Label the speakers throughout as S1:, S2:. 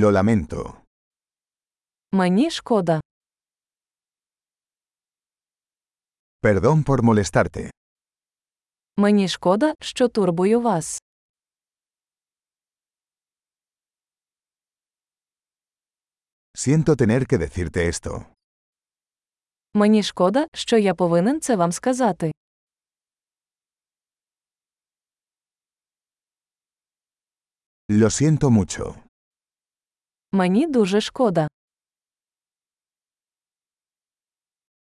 S1: Lo lamento.
S2: Мені шкода.
S1: Perdón por molestarte.
S2: Мені шкода, що турбую вас.
S1: Siento tener que decirte esto.
S2: Мені шкода, що я повинен це вам сказати.
S1: Lo siento mucho.
S2: Мені дуже шкода.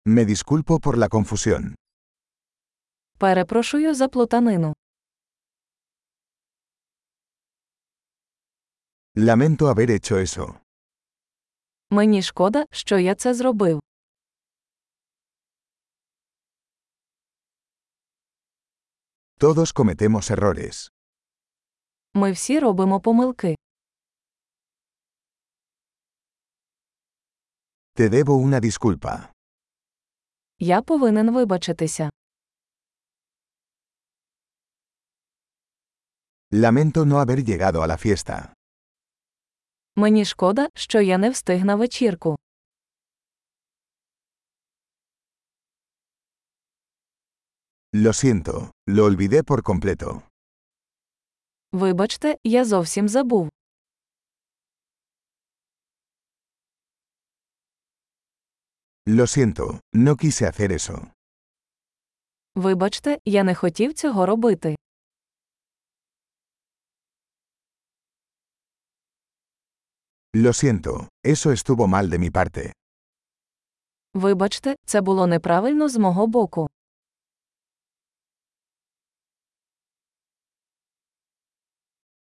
S1: Me disculpo por la confusión.
S2: Перепрошую за плутанину.
S1: Lamento haber hecho eso.
S2: Мені шкода, що я це зробив.
S1: Todos cometemos errores.
S2: Ми всі робимо помилки.
S1: Te debo una disculpa.
S2: Я повинен вибачитися.
S1: Lamento no haber llegado a la fiesta.
S2: Мені шкода, що я не встиг на вечірку.
S1: Lo siento, lo olvidé por completo.
S2: Вибачте, я зовсім забув.
S1: Lo siento, no quise hacer eso.
S2: Вибачте, я не хотів цього робити.
S1: Lo siento, eso estuvo mal de mi parte.
S2: Вибачте, це було неправильно з мого боку.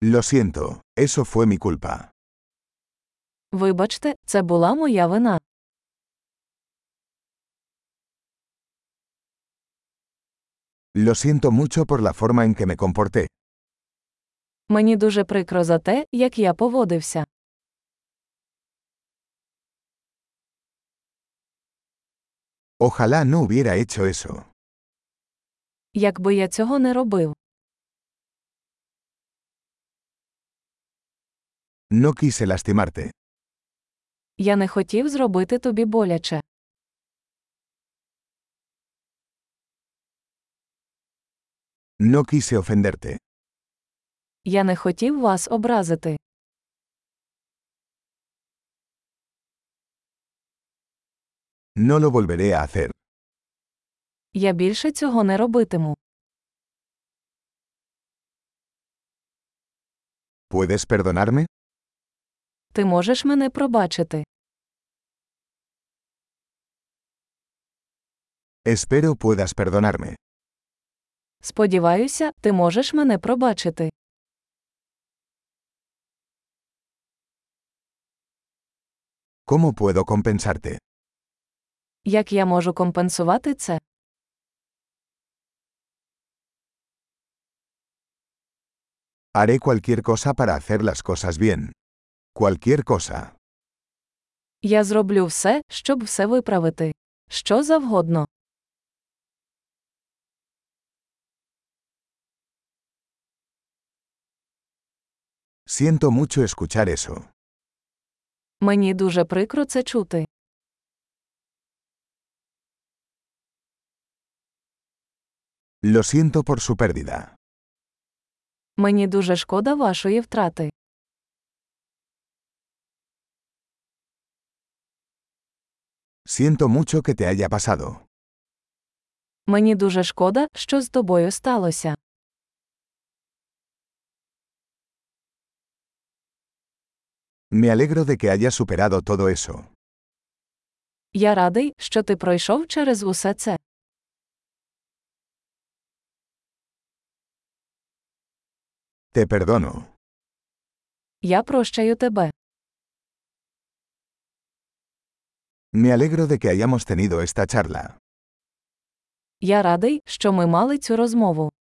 S1: Lo siento, eso fue mi culpa.
S2: Вибачте, це була моя вина.
S1: Lo siento mucho por la forma en que me comporté.
S2: Мені дуже прикро за те, як я поводився.
S1: Ojalá no hubiera hecho eso.
S2: Якби я цього не робив,
S1: No quise lastimarte.
S2: я не хотів зробити тобі боляче.
S1: No quise ofenderte.
S2: Я не хотів вас образити.
S1: No lo volveré a hacer.
S2: Я більше цього не робитиму.
S1: ¿Puedes perdonarme?
S2: Ти можеш мене пробачити.
S1: Espero puedas perdonarme.
S2: Сподіваюся, ти можеш мене пробачити.
S1: ¿Cómo puedo compensarte?
S2: Як я можу компенсувати це?
S1: Haré cualquier cosa para hacer las cosas bien. Cualquier cosa.
S2: Я зроблю все, щоб все виправити. Що завгодно.
S1: Siento mucho escuchar eso.
S2: Мені дуже прикро це чути.
S1: Lo siento por su pérdida.
S2: Мені дуже шкода вашої втрати.
S1: Siento mucho que te haya pasado.
S2: Мені дуже шкода, що з тобою сталося.
S1: Me alegro de que hayas superado todo eso.
S2: Я радий, що ти пройшов через усе це.
S1: Te perdono.
S2: Я прощаю тебе.
S1: Me alegro de que hayamos tenido esta charla.
S2: Я радий, що ми мали цю розмову.